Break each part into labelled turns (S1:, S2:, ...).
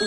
S1: O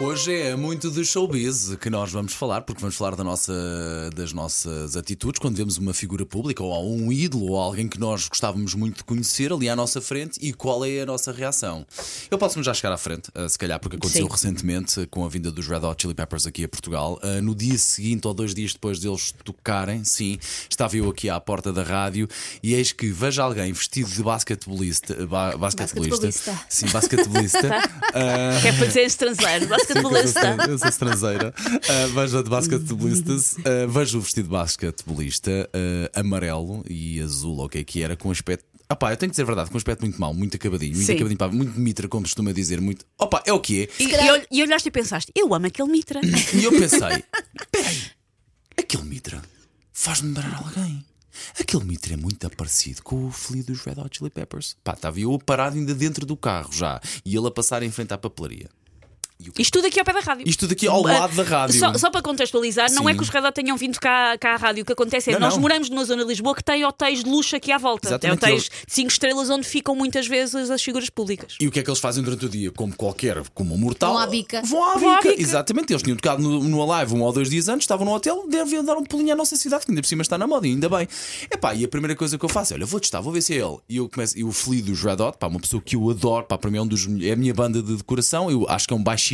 S2: Hoje é muito de showbiz que nós vamos falar, porque vamos falar da nossa- das nossas atitudes quando vemos uma figura pública ou há um ídolo ou alguém que nós gostávamos muito de conhecer ali à nossa frente e qual é a nossa reação. Eu posso-me já chegar à frente, ah, se calhar, porque aconteceu
S3: Sim.
S2: recentemente ah, com a vinda dos Red Hot Chili Peppers aqui a Portugal. Ah, no dia seguinte ou dois dias depois deles tocarem, sim, estava eu aqui à porta da rádio e eis que vejo alguém vestido de basquetebolista. ba- basquetebolista.
S4: Basquetebolista.
S2: Sim, basquetebolista. ah,
S3: Que é para dizer estrangeiro, basquetebolista.
S2: eu sou estrangeira. Ah, vejo de basquetebolistas. Ah, vejo o vestido de basquetebolista ah, amarelo e azul, ou o que é que era, com aspecto. Ah pá, eu tenho que dizer a verdade, com aspecto muito mau, muito acabadinho, muito
S3: Sim.
S2: acabadinho, pá, muito mitra, como costuma dizer, muito. Opa, é o que é.
S3: E, e olh- e olhaste e pensaste, eu amo aquele mitra.
S2: E eu pensei, peraí, aquele mitra faz-me lembrar alguém. Aquele mitra é muito parecido com o Flea dos Red Hot Chili Peppers. Pá, estava eu parado ainda dentro do carro já, e ele a passar em frente à papelaria. E o que-
S3: Isto tudo aqui ao pé da rádio.
S2: Isto tudo aqui ao
S3: Ah,
S2: lado da rádio.
S3: Só, só para contextualizar, não é
S2: Sim.
S3: que os Red Hot tenham vindo cá, cá à rádio. O que acontece é
S2: Não,
S3: nós
S2: não.
S3: moramos numa zona de Lisboa que tem hotéis de luxo aqui à volta.
S2: Exatamente,
S3: Tem hotéis de 5 estrelas onde ficam muitas vezes as figuras públicas.
S2: E o que é que eles fazem durante o dia? Como qualquer, como um mortal.
S4: Vão à bica.
S2: Vão à bica.
S3: Vão à bica.
S2: Exatamente. Eles tinham tocado no, no Alive um ou dois dias antes, estavam no hotel, deviam dar um pulinho à nossa cidade, que ainda por cima está na moda, e ainda bem. Epá, e a primeira coisa que eu faço é: olha, vou testar, vou ver se é ele. E eu começo, e o Flea dos Red Hot, pá, uma pessoa que eu adoro, pá, para mim é, um dos, é a minha banda de decoração, eu acho que é um baixista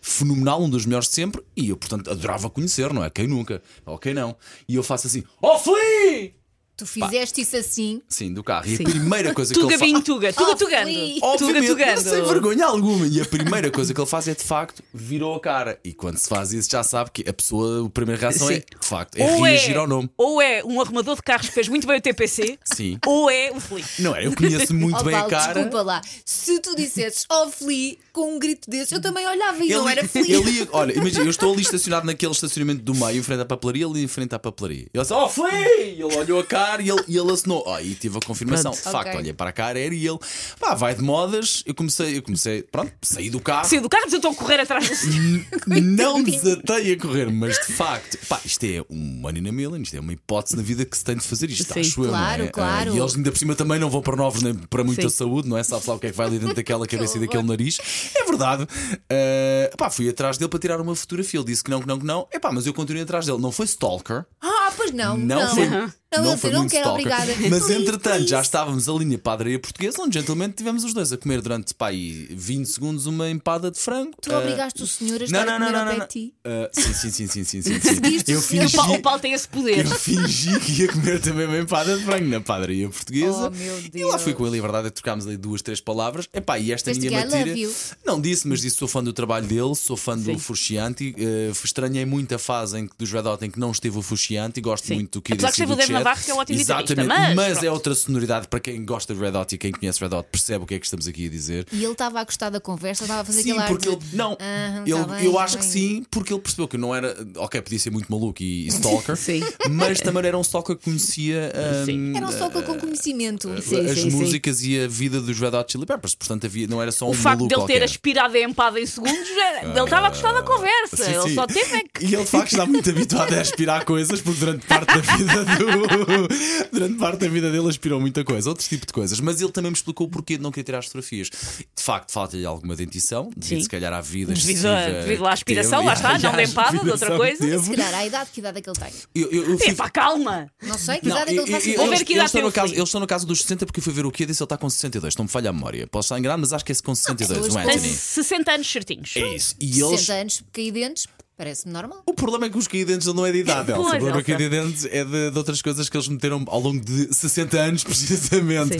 S2: fenomenal, um dos melhores de sempre, e eu, portanto, adorava conhecer, não é? Quem nunca? Ou quem não? E eu faço assim: Oh, Flea!
S4: Tu fizeste isso assim.
S2: Sim, do carro. E a primeira coisa que
S3: Tuga
S2: ele faz.
S3: Binho Tuga, Tuga
S4: Oh,
S3: Tugando.
S4: fui.
S3: Tuga
S2: Obviamente,
S3: Tugando.
S2: sem vergonha alguma. E a primeira coisa que ele faz é de facto virou a cara. E quando se faz isso, já sabe que a pessoa, a primeira reação é
S3: Sim.
S2: de facto, é reagir ao nome.
S3: ou é um arrumador de carros que fez muito bem o TPC,
S2: Sim.
S3: ou é um Felipe.
S2: Não é? Eu conheço muito
S4: Oh,
S2: bem
S4: Paulo,
S2: a cara.
S4: desculpa lá. Se tu dissesses oh Flea com um grito desses, eu também olhava e não
S2: Ele,
S4: era Flea.
S2: ele ia- olha, imagina, eu estou ali estacionado naquele estacionamento do meio, em frente à papelaria, ele em frente à papelaria. Ele disse, oh, Flea! E Ele olhou a cara e ele, e ele assinou. Oh, e tive a confirmação. De facto,
S4: Ok.
S2: olhei para a cara, era ele. Pá, vai de modas. Eu comecei, eu comecei, pronto, saí do carro.
S3: Saiu do carro, mas eu estou a correr atrás do senhor.
S2: Não desatei a correr, mas de facto, pá, isto é um Money na Million, isto é uma hipótese na vida que se tem de fazer isto,
S3: Sim.
S2: acho eu,
S4: Claro,
S2: não é?
S4: claro.
S2: Ah, E eles ainda por cima também não vão para novos nem para muita
S3: Sim.
S2: saúde, não é? Sabe-se lá o que é que vai ali dentro daquela cabeça e daquele nariz. É verdade. Ah, pá, fui atrás dele para tirar uma fotografia. Ele disse que não, que não, que não. É pá, mas eu continuei atrás dele. Não foi stalker.
S4: Ah, pois não.
S2: Não,
S4: Não,
S2: foi.
S4: Não,
S2: não
S4: eu
S2: foi
S4: não
S2: muito
S4: quero,
S2: stalker.
S4: obrigada.
S2: Mas
S4: Por isso,
S2: entretanto,
S4: por
S2: já
S4: isso.
S2: estávamos ali na padaria portuguesa, onde gentilmente tivemos os dois a comer durante pá, aí 20 segundos uma empada de frango.
S4: Tu
S2: Ah,
S4: obrigaste o senhor a
S2: não,
S4: estar
S2: não,
S4: a
S2: não,
S4: comer
S2: não,
S4: ao
S2: não,
S4: pé
S2: não.
S4: de ti.
S2: Ah, sim, sim, sim, sim, sim, sim, sim.
S4: Pediste,
S2: Eu
S4: senhor?
S3: O
S2: fingi,
S3: Paulo, o Paulo tem esse poder.
S2: eu fingi que ia comer também uma empada de frango na padaria portuguesa.
S4: Oh, meu
S2: E lá fui
S4: Deus.
S2: com ele, e a verdade é que trocámos ali duas, três palavras. Epá, e esta
S4: Disseste
S2: minha
S4: que I
S2: matira.
S4: love you.
S2: Não disse, mas disse sou fã do trabalho dele, sou fã do Fusciante. eh, estranhei muito a fase em que, dos Red Hot em que não esteve o Fusciante e gosto muito do que
S3: Apesar que
S2: disse e
S3: esteve o
S2: do
S3: Dave
S2: Chet.
S3: Navarro, que é um ótimo guitarrista,
S2: Exatamente,
S3: mas
S2: é
S3: pronto.
S2: outra sonoridade para quem gosta de Red Hot e quem conhece Red Hot percebe o que é que estamos aqui a dizer.
S4: E ele estava a gostar da conversa, estava a fazer
S2: Sim,
S4: aquela arte
S2: porque ele.
S4: de-
S2: Não,
S4: Aham,
S2: ele-
S4: tá bem,
S2: eu
S4: tá
S2: acho que
S4: bem.
S2: sim, porque ele percebeu que não era. Ok, podia ser muito maluco e, e stalker,
S3: Sim.
S2: mas também era um stalker que conhecia hum,
S3: Sim.
S4: Era um stalker com conhecimento.
S3: Sim,
S2: as
S3: sim, sim.
S2: músicas e a vida dos Red Hot Chili Peppers. Portanto, havia, não era só um
S3: O facto
S2: maluco
S3: de ele ter
S2: qualquer. Ah,
S3: aspirado a empada em segundos, é, ele estava a gostar da conversa.
S2: Sim,
S3: Ele
S2: sim.
S3: só teve é que.
S2: E ele de facto está muito habituado a aspirar coisas, porque durante parte da vida do- durante parte da vida dele aspirou muita coisa, outros tipo de coisas. Mas ele também me explicou o porquê de não querer tirar as fotografias. De facto, falta-lhe alguma dentição, devido
S3: Sim.
S2: se calhar à vida.
S3: Devido, a,
S2: excessiva
S3: devido à
S2: que
S3: aspiração,
S2: teve
S3: lá
S2: e à-
S3: está, não
S2: e à
S3: de empada, de outra
S2: aspiração
S3: coisa.
S2: que
S4: Se
S2: teve.
S4: calhar, a idade, que idade é que ele tem?
S2: Eu, eu, eu fui-
S3: Epá, calma!
S4: Não sei, que
S2: Não,
S4: idade é que ele
S2: eu-
S4: faz
S2: eu-
S3: Vou ver
S2: eles-
S3: que idade
S2: eles estão
S3: tem
S2: no
S3: o
S2: caso-
S3: Filipe.
S2: Eles estão no caso dos 60 porque eu fui ver o que disse, ele está com 62, não me falha a memória. Posso estar enganado, mas acho que esse com 62,
S4: pessoas
S2: não é,
S4: com-
S3: Tem
S2: Anthony?
S3: 60 anos certinhos.
S2: É isso. E eles
S4: 60 anos, caidentes, parece-me normal.
S2: O problema é que os caidentes não é de idade, Elsa. O
S3: Pois,
S2: problema
S3: Elsa.
S2: caidentes é de, de outras coisas que eles meteram ao longo de 60 anos, precisamente.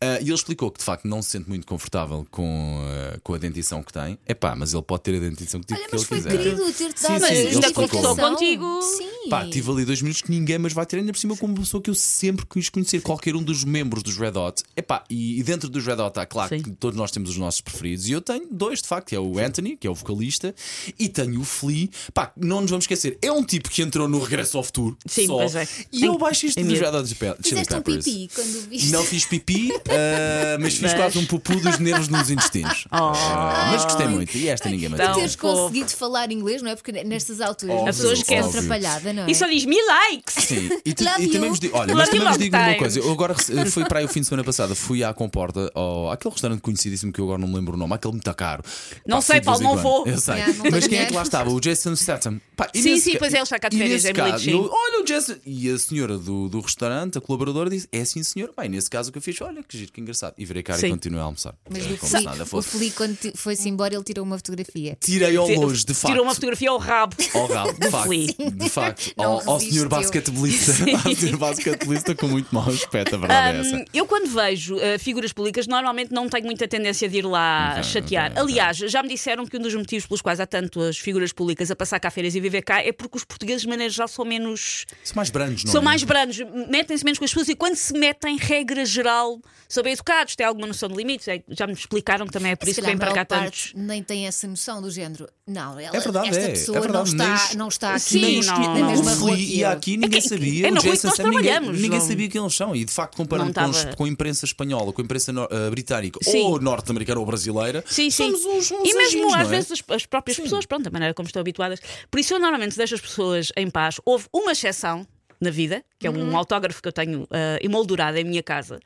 S2: Ah, e ele explicou que de facto não se sente muito confortável com, ah, com a dentição que tem. É pá, mas ele pode ter a dentição que,
S4: Olha,
S2: que
S4: mas
S2: ele
S4: foi
S2: quiser.
S4: querido ter-te
S2: Sim,
S4: dado
S2: sim,
S4: essa
S2: ele
S4: justificação.
S2: concordou
S3: contigo.
S4: Sim.
S2: Pá, tive ali dois minutos que ninguém mais vai ter, ainda por cima com uma pessoa que eu sempre quis conhecer, qualquer um dos membros dos Red Hot. Epá, e, e dentro dos Red Hot há, claro,
S3: Sim.
S2: que todos nós temos os nossos preferidos. E eu tenho dois, de facto, que é o Anthony, que é o vocalista, e tenho o Flea, Pá, não nos vamos esquecer. É um tipo que entrou no Regresso ao Futuro.
S3: Sim,
S2: só,
S3: pois é.
S2: E é o
S3: Em-
S2: baixista
S3: em
S2: dos
S3: miúdo.
S2: Red Hot Chili
S4: Fizeste um
S2: Peppers.
S4: pipi quando viste.
S2: Não fiz pipi, ah, mas fiz
S3: Mas- Oh.
S2: quase um pupu dos nervos nos intestinos. Ah, mas gostei muito. E esta ninguém me
S3: Então-
S2: atira.
S4: Teres
S3: fofo.
S4: conseguido falar inglês, não é? Porque nestas alturas
S2: Óbvio,
S4: a pessoa esquece
S2: óbvio.
S4: atrapalhada, não é?
S3: E só diz me likes.
S2: Sim, e, te-
S4: Love
S2: e também
S4: you.
S2: vos digo, olha, mas
S3: Love
S2: também
S3: you
S2: vos
S3: long
S2: digo uma
S3: time.
S2: coisa. Eu agora rece- fui para aí o fim de semana passado, fui à Comporta, ao, àquele restaurante conhecidíssimo que eu agora não me lembro o nome, aquele muito caro.
S3: Não
S2: Pá,
S3: sei,
S2: fui de vez
S3: Paulo,
S2: em
S3: não
S2: quando.
S3: vou.
S2: Eu sei.
S4: Yeah, não
S2: mas quem é
S4: tenho
S2: que
S4: dinheiro.
S2: lá estava? O Jason Statham. Pá, e
S3: Sim,
S2: nesse
S3: sim,
S2: ca-
S3: pois é, ele está cá de
S2: e
S3: férias,
S2: nesse
S3: é muito
S2: caso,
S3: chique.
S2: eu- Olha o Jason. E a senhora do, do restaurante, a colaboradora, disse: É sim, senhor. Bem, nesse caso o que eu fiz, olha que giro, que engraçado. E virei cara e
S3: Sim.
S2: continuei a almoçar.
S4: Mas
S2: Como
S4: o
S2: se nada
S4: Felipe, o
S2: fosse.
S4: Felipe, quando ti- foi-se embora, ele tirou uma fotografia.
S2: Tirei ao longe, de facto.
S3: Tirou uma fotografia ao rabo.
S2: Ao rabo, Oh, de
S3: Fli.
S2: facto, de facto
S4: Não
S2: ao, ao senhor
S4: resistiu.
S2: basquetebolista, ao senhor basquetebolista com muito mau aspecto, a verdade é
S3: Hum,
S2: essa.
S3: eu, quando vejo uh, figuras públicas, normalmente não tenho muita tendência de ir lá
S2: Ok,
S3: chatear.
S2: ok, ok.
S3: Aliás, já me disseram que um dos motivos pelos quais há tantas figuras públicas a passar cá férias e viver cá é porque os portugueses, de maneira geral, são menos.
S2: São mais brandos, não
S3: São
S2: é?
S3: mais brandos, metem-se menos com as pessoas e quando se metem, regra geral, são bem educados, têm alguma noção de limites. É, Já me explicaram que também é por
S4: Se
S3: isso que
S4: calhar
S3: vem para
S4: a
S3: cá
S4: maior
S3: tantos.
S4: parte nem tem essa noção do género. Não, ela,
S2: É verdade,
S4: esta
S2: é.
S4: pessoa
S2: É verdade,
S4: não,
S2: mas-
S4: está, não está aqui
S3: Sim,
S4: na
S3: não, não.
S2: O
S4: mesma rua
S2: Fli
S4: que
S2: ia
S4: eu.
S2: aqui, ninguém
S3: É que-
S2: sabia.
S3: é na
S2: o
S3: rua que
S2: Jason
S3: nós
S2: Statham, ninguém,
S3: trabalhamos,
S2: ninguém
S3: João.
S2: sabia quem eles são. E de facto, comparando
S3: Não
S2: com, os-
S3: tava.
S2: com a imprensa espanhola, com a imprensa nor- eh, britânica
S3: Sim.
S2: ou norte-americana ou brasileira,
S3: Sim, sim.
S2: somos uns, uns
S3: e mesmo
S2: anjinhos,
S3: às
S2: não é?
S3: vezes as, as próprias pessoas, pronto, da maneira como estão habituadas. Por isso eu normalmente deixo as pessoas em paz. Houve uma exceção na vida, que é
S4: Uhum.
S3: um autógrafo que eu tenho ah, emoldurado em minha casa,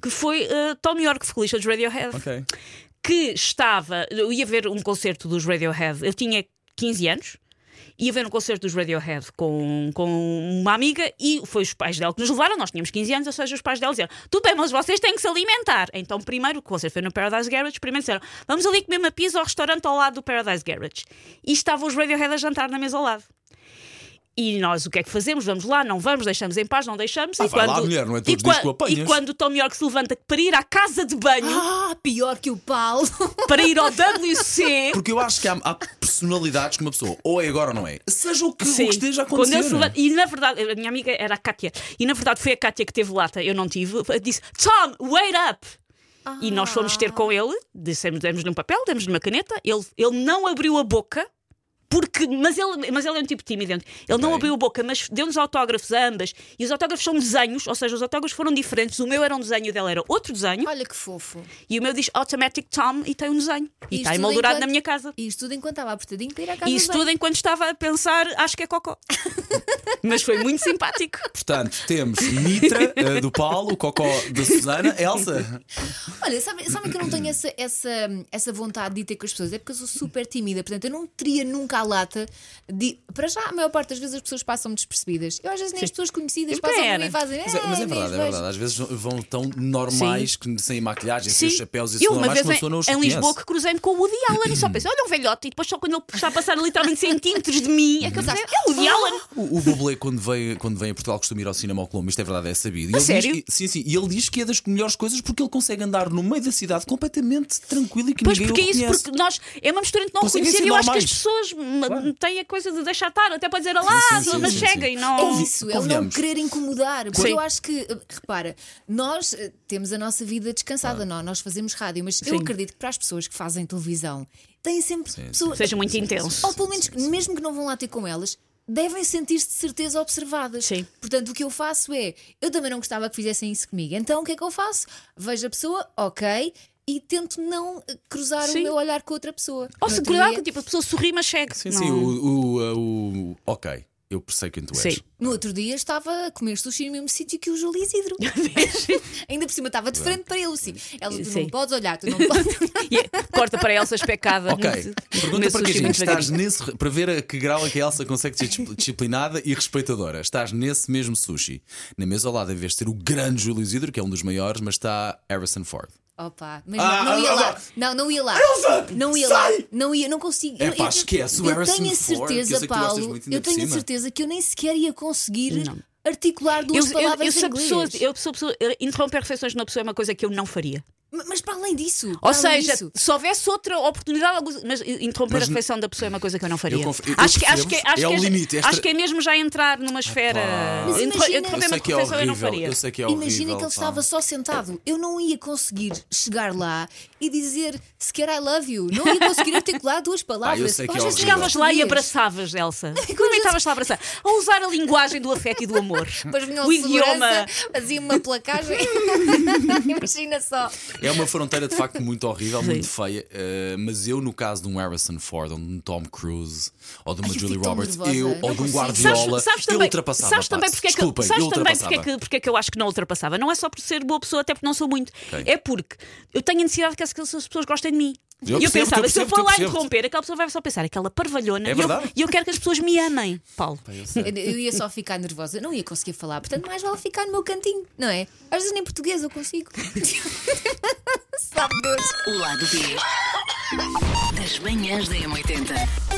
S3: que foi ah, Tom York, vocalista dos Radiohead,
S2: Ok.
S3: que estava. Eu ia ver um concerto dos Radiohead, eu tinha 15 anos. Ia ver um concerto dos Radiohead com, com uma amiga e foi os pais dela que nos levaram. Nós tínhamos 15 anos, ou seja, os pais dela diziam: Tudo bem, mas vocês têm que se alimentar. Então, primeiro, o concerto foi no Paradise Garage. Primeiro disseram: Vamos ali comer uma pizza ao restaurante ao lado do Paradise Garage. E estavam os Radiohead a jantar na mesa ao lado. E nós o que é que fazemos? Vamos lá, não vamos, deixamos em paz, não deixamos.
S2: Ah,
S3: e
S2: vai
S3: quando,
S2: lá, mulher, não é
S3: e
S2: todos os
S3: quan-
S2: dias que o apanhas.
S3: E quando o Tom York se levanta para ir à casa de banho
S4: Ah, pior que o Paulo.
S3: para ir ao WC.
S2: Porque eu acho que há, há personalidades que uma pessoa ou é agora ou não é. Seja o que, o que
S3: Sim.
S2: esteja a
S3: Quando
S2: acontecer. é?
S3: ele se levanta- e na verdade, a minha amiga era a Kátia. E na verdade foi a Kátia que teve lata, eu não tive. Disse: Tom, wait up! E nós fomos ter com ele, dissemos, demos-lhe um papel, demos-lhe uma caneta. Ele, ele não abriu a boca. Porque, mas ele, mas ele é um tipo tímido. Ele não
S2: Ok.
S3: abriu a boca, mas deu-nos autógrafos a ambas. E os autógrafos são desenhos, ou seja, os autógrafos foram diferentes. O meu era um desenho, o dela era outro desenho.
S4: Olha que fofo.
S3: E o meu diz Automatic Tom e tem um desenho. E
S4: Isto
S3: está
S4: tudo
S3: emoldurado
S4: enquanto-
S3: na minha casa.
S4: E isto tudo enquanto estava apertadinho para ir à casa
S3: E isso
S4: dos
S3: tudo enquanto estava a pensar, acho que é cocó. Mas foi muito simpático.
S2: Portanto, temos Mitra eh, do Paulo, o Cocó da Susana, Elsa.
S4: Olha, sabem sabem que eu não tenho essa, essa, essa vontade de ir ter com as pessoas? É porque eu sou super tímida, portanto eu não teria nunca a lata de. Para já, a maior parte das vezes as pessoas passam despercebidas. Eu às vezes nem as pessoas conhecidas
S3: E
S4: passam por
S3: pera.
S4: mim e fazem.
S2: Mas é, mas é
S4: "Ah,
S2: verdade,
S4: vejo,
S2: é
S4: vejo."
S2: verdade. Às vezes vão tão normais, que, sem maquilhagem, sem os chapéus e
S3: eu
S2: tudo
S3: uma
S2: mais,
S3: vez
S2: que uma pessoa não os
S3: em, em
S2: reconhece.
S3: Lisboa que cruzei-me com o Woody Allen e só pensei, olha um velhote, e depois só quando ele está a passar literalmente centímetros de mim, é que eu pensei, é o Woody Allen.
S2: O, o Bublé, quando vem, quando vem a Portugal, costuma ir ao cinema ao Colombo. Isto é verdade, é sabido. E ele
S3: sério?
S2: Diz, e- sim, sim. E ele diz que é das melhores coisas porque ele consegue andar no meio da cidade completamente tranquilo e que
S3: Pois
S2: ninguém
S3: porque
S2: o
S3: é isso,
S2: reconhece.
S3: porque nós é uma mistura entre não
S2: Conseguem
S3: reconhecer
S2: ser
S3: e eu acho que as
S2: normais.
S3: pessoas m-
S2: Claro.
S3: têm a coisa de deixar estar, até pode dizer, olá,
S2: Sim, sim, sim,
S3: mas
S2: sim,
S3: chega
S2: sim.
S3: e não.
S2: Convi-
S4: Isso, é o não
S2: Convenhamos.
S4: querer incomodar. Porque
S3: Sim.
S4: eu acho que, eh, repara, nós eh, temos a nossa vida descansada, não, nós fazemos rádio, mas eu
S3: Sim.
S4: acredito que para as pessoas que fazem televisão têm sempre pessoas.
S3: Seja muito intenso.
S4: Ou pelo menos, mesmo que não vão lá ter com elas, devem sentir-se de certeza observadas.
S3: Sim.
S4: Portanto, o que eu faço é, eu também não gostava que fizessem isso comigo. Então, o que é que eu faço? Vejo a pessoa, ok, e tento não eh, cruzar
S3: Sim.
S4: o meu olhar com outra pessoa.
S3: Ou
S4: No
S3: se
S4: outro
S3: cuidado
S4: dia-
S3: que tipo, a pessoa sorri, mas chega.
S2: Sim,
S3: Não. é?
S2: sim. O, o, o- Ok, eu sei quem tu és.
S3: Sim.
S4: No outro dia estava a comer sushi no mesmo sítio que o Júlio Isidro. Ainda por cima estava de frente para ele. Assim. Ela, tu
S3: Sim.
S4: não podes olhar, tu não podes.
S3: E é- corta para a Elsa especada.
S2: Ok,
S3: Muito-
S2: pergunta
S3: nesse
S2: para que a
S3: sushi
S2: gente
S3: muito
S2: estás
S3: devagarinho.
S2: nesse para ver a que grau é que a Elsa consegue ser dis- disciplinada e respeitadora. Estás nesse mesmo sushi. Na mesa ao lado, em vez de ter o grande Júlio Isidro, que é um dos maiores, mas está Harrison Ford.
S4: Opa, mas
S2: Ah,
S4: não, não ia
S2: ah,
S4: lá.
S2: ah,
S4: Não, não ia lá.
S2: Elsa,
S4: não ia
S2: sai!
S4: lá. Não ia, não consigo.
S2: É pá, esquece o
S4: eu
S2: Harrison
S4: tenho a
S2: Ford, que eu
S4: certeza,
S2: sei que tu gostas
S4: Paulo,
S2: muito ainda
S4: eu
S2: por
S4: tenho a
S2: cima.
S4: certeza que eu nem sequer ia conseguir
S3: Não.
S4: articular duas
S3: Eu, eu,
S4: palavras
S3: eu, sou
S4: em inglês.
S3: pessoa, eu sou pessoa, interromper refeições de uma pessoa é uma coisa que eu não faria.
S4: Ma- Mas para além disso. para
S3: Ou
S4: além
S3: seisa,
S4: disso,
S3: se houvesse outra oportunidade, alguns- mas interromper
S2: Mas-
S3: a refeição da pessoa é uma coisa que eu não faria.
S2: Eu conf- eu
S3: acho, que, acho, que,
S2: percebo-vos.
S3: acho,
S2: É
S3: que,
S2: o limite, esta-
S3: acho que é mesmo já entrar numa esfera.
S4: Mas
S3: Interro-
S4: imagina-
S2: Eu
S3: Interromper uma
S2: sei que é
S3: refeição eu não
S2: horrível.
S3: faria.
S2: Eu sei que é horrível.
S4: Imagina que ele
S2: pá.
S4: estava só sentado. Eu não ia conseguir chegar lá e dizer sequer I love you. Não ia conseguir articular duas palavras.
S2: eu sei que
S4: Ou às
S2: é
S4: vezes
S2: horrível.
S4: nem
S3: Chegavas lá e
S4: português.
S3: abraçavas, Elsa. Experimentavas lá abraçar. A usar a linguagem do afeto e do amor.
S4: Depois vinha
S3: o idioma.
S4: fazia uma placagem. Imagina só.
S2: É uma fronteira de facto muito horrível, muito feia. eh, mas eu, no caso de um Harrison Ford, ou de um Tom Cruise, ou de uma
S4: Ai, eu
S2: Julie
S4: fico tão
S2: Roberts,
S4: nervosa.
S2: eu,
S4: Não
S2: ou de um
S4: consigo.
S2: Guardiola, eu ultrapassava.
S3: sabes
S2: pá.
S3: também porque é que,
S2: Desculpem,
S3: sabes
S2: eu
S3: também porque é,
S2: ultrapassava.
S3: que, porque é que eu acho que não ultrapassava. Não é só por ser boa pessoa, até porque não sou muito. É porque eu tenho a necessidade que as, que as pessoas gostem de mim.
S2: Eu
S3: e eu
S2: percebo-te, eu
S3: pensava, se eu
S2: percebo-te,
S3: for
S2: eu
S3: lá
S2: percebo-te.
S3: interromper, aquela pessoa vai só pensar, aquela parvalhona.
S2: É
S3: e, eu,
S2: verdade.
S3: e eu quero que as pessoas me amem, Paulo.
S4: Eu eu ia só ficar nervosa, não ia conseguir falar, portanto, mais vale ficar no meu cantinho, não é? Às vezes nem português eu consigo. Sabe Deus.
S1: O lado B das manhãs da M80.